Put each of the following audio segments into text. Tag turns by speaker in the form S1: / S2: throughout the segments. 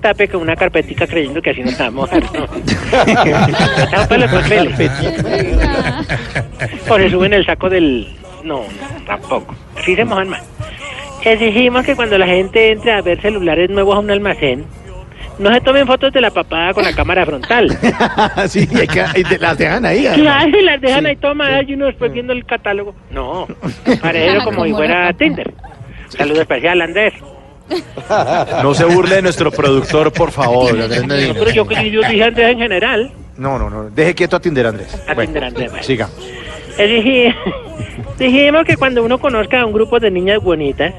S1: tape con una carpetica creyendo que así nos vamos a mojar, ¿no? pues, Tápale, pues, vele. O se suben el saco del... No, no, tampoco. Así se mojan más. Exigimos que cuando la gente entre a ver celulares nuevos a un almacén, no se tomen fotos de la papada con la cámara frontal. pues,
S2: sí, y hay que- y te- las dejan ahí. además.
S1: Claro, y las dejan ahí tomadas y uno después viendo el catálogo. No, parejero como si fuera Tinder. Saludo especial, Andrés.
S3: No se burle de nuestro productor, por favor.
S1: No, pero yo, que- yo dije Andrés en general.
S2: No, no, no. Deje quieto a Tinder, Andrés.
S1: A
S2: Bueno,
S1: Tinder, Andrés, bueno.
S2: Sigamos.
S1: Exigi- Dijimos que cuando uno conozca a un grupo de niñas bonitas,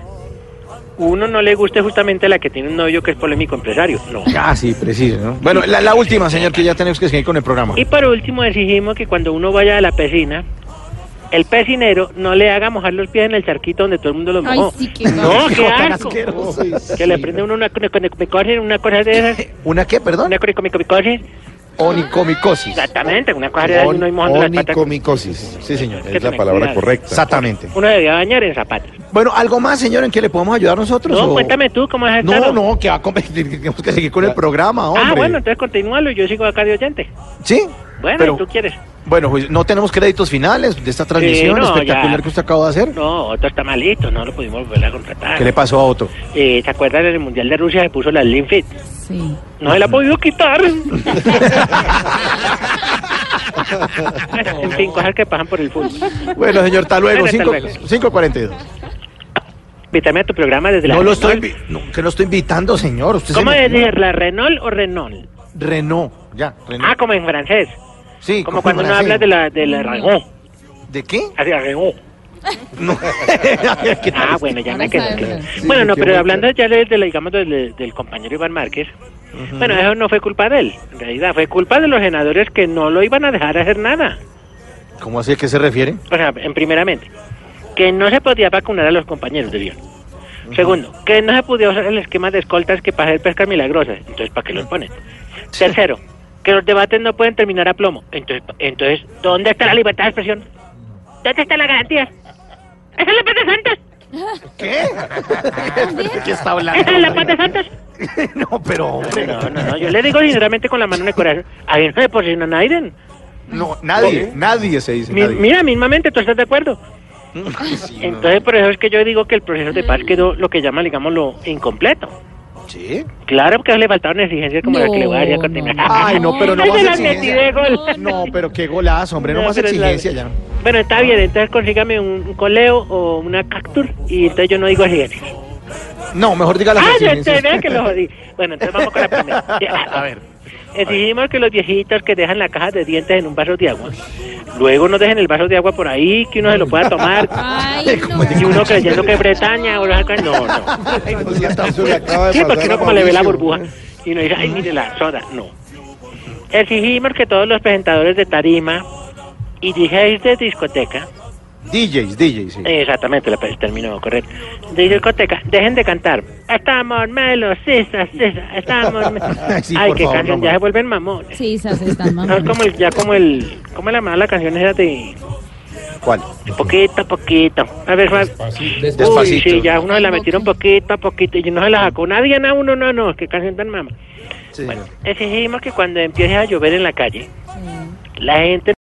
S1: uno no le guste justamente la que tiene un novio que es polémico empresario. No.
S2: Ah, sí, preciso, ¿no? Bueno, la, la última, señor, que ya tenemos que seguir con el programa.
S1: Y por último exigimos que cuando uno vaya a la piscina, el pecinero no le haga mojar los pies en el charquito donde todo el mundo los
S4: Ay,
S1: mojó.
S4: sí, qué
S1: no, qué
S2: Tan
S1: asco.
S2: asqueroso.
S1: Que le prende uno una, una, una- una cosa de esas,
S2: ¿Una qué, perdón?
S1: una cosa,
S2: Onicomicosis.
S1: exactamente, una cosa de esas, y uno ahí mojando las patas.
S5: Onicomicosis.
S2: Sí, señor.
S1: que
S5: Es la
S1: tener
S5: palabra
S1: cuidado.
S5: correcta.
S2: Exactamente.
S1: Uno debía bañar en zapatos.
S2: Bueno, ¿algo más, señor, en que le podemos ayudar nosotros?
S1: No,
S2: o-
S1: cuéntame tú cómo has
S2: No,
S1: estado.
S2: no, que va a comer- tenemos que seguir con el programa, hombre.
S1: Ah, bueno, entonces continúalo y yo sigo acá de oyente.
S2: ¿Sí?
S1: Bueno,
S2: Pero-
S1: tú quieres.
S2: Bueno, pues, no tenemos créditos finales de esta transmisión
S1: Eh, no,
S2: espectacular
S1: ya.
S2: que usted acaba de hacer.
S1: No, Otto está malito, no lo pudimos volver a contratar.
S2: ¿Qué le pasó a Otto?
S1: Eh, ¿Se acuerdan en el Mundial de Rusia se puso la Slim Fit?
S4: Sí.
S1: No se la ha podido quitar. en fin, cosas que pasan por el fútbol.
S2: Bueno, señor, hasta luego.
S1: Bueno, hasta luego.
S2: Cinco- 5.42.
S1: Invítame a tu programa desde la
S2: No lo estoy,
S1: Renault.
S2: invi- no, que lo estoy invitando, señor. Usted se
S1: ¿Cómo
S2: me-
S1: es decir, la Renault o Renault?
S2: Renault, ya, Renault.
S1: Ah, como en francés.
S2: sí,
S1: Como
S2: ¿cómo
S1: cuando
S2: van
S1: uno
S2: a
S1: habla
S2: hacer?
S1: de la, de la Renault.
S2: ¿De qué?
S1: Así, la Renault.
S2: No. ¿Qué tal?
S1: Ah, bueno, ya me quedó
S4: Ahora
S1: claro.
S4: sabes.
S2: Sí,
S1: Bueno, no,
S2: qué
S1: pero
S2: bueno.
S1: hablando ya de, de la- digamos, del, del compañero Iván Márquez, bueno, eso no fue culpa de él. En realidad fue culpa de los senadores que no lo iban a dejar hacer nada.
S2: ¿Cómo así? ¿A qué se refiere?
S1: O sea, en primeramente, que no se podía vacunar a los compañeros de Dion. Segundo, que no se podía usar el esquema de escoltas que para hacer pescas milagrosas. Entonces, ¿para qué los ponen? Tercero, que los debates no pueden terminar a plomo. Entonces, pa- entonces ¿dónde está la libertad de expresión? ¿Dónde está la garantía? ¿Esa es la paz de Santos?
S2: ¿Qué? ¿De qué está hablando?
S1: ¿Esa es la paz de Santos?
S2: No, pero hombre,
S1: No, no, no, yo le digo sinceramente con la mano en el corazón, ahí no se posiciona Naiden.
S2: no, nadie, nadie se dice
S1: Mi-
S2: nadie.
S1: mira, mismamente, ¿tú estás de acuerdo?
S2: Sí, no.
S1: Entonces, por eso es que yo digo que el proceso de paz quedó lo que llaman, digamos, lo incompleto.
S2: ¿Sí.
S1: Claro, que le faltaban exigencias como la que le voy a dar a
S4: No,
S1: Cortina.
S4: no.
S2: Ay, no, pero no
S1: Ay,
S2: más
S1: se las metí de
S2: exigencia.
S1: gol.
S2: No, pero qué golazo, hombre, no
S1: No,
S2: más
S1: pero es la-
S2: exigencia ya.
S1: Bueno, está bien, entonces consígame un un coleo o una capture y entonces yo no digo exigencias.
S2: No, mejor diga las
S1: Ah, yo
S2: exigencias.
S1: entendí que lo jodí. Bueno, entonces vamos con la primera. A ver. Exigimos que los viejitos que dejan la caja de dientes en un vaso de agua, luego no dejen el vaso de agua por ahí, que uno se lo pueda tomar.
S4: Ay, no.
S1: Y uno creyendo que es Bretaña o algo No, no.
S5: Eso le acaba de
S1: Sí, porque
S5: pasar
S1: uno
S5: a
S1: como le ve la
S5: Mauricio.
S1: burbuja y uno dice, ay, mire la soda. No. Exigimos que todos los presentadores de tarima y DJs de discoteca,
S2: DJs, DJs, sí.
S1: eh, exactamente la- el término correcto, de discoteca, dejen de cantar. Estamos melos, sisa, sisa, estamos melos.
S2: Sí,
S1: ay,
S2: por
S1: que
S2: favor,
S1: canción,
S2: no
S1: ya
S2: más.
S1: se vuelven mamones.
S4: Sí, esas están
S1: No, es
S4: mamando.
S1: como el, ya como el, ¿cómo la mala canción era de
S2: ¿Cuál?
S1: poquito a poquito? A ver, Juan. Uy,
S2: Despacito.
S1: sí, ya uno se la metieron poquito a poquito y no se la sacó nadie, a uno, no, no, qué canción tan mama.
S2: Sí, señor.
S1: Exigimos que cuando empiece a llover en la calle, la gente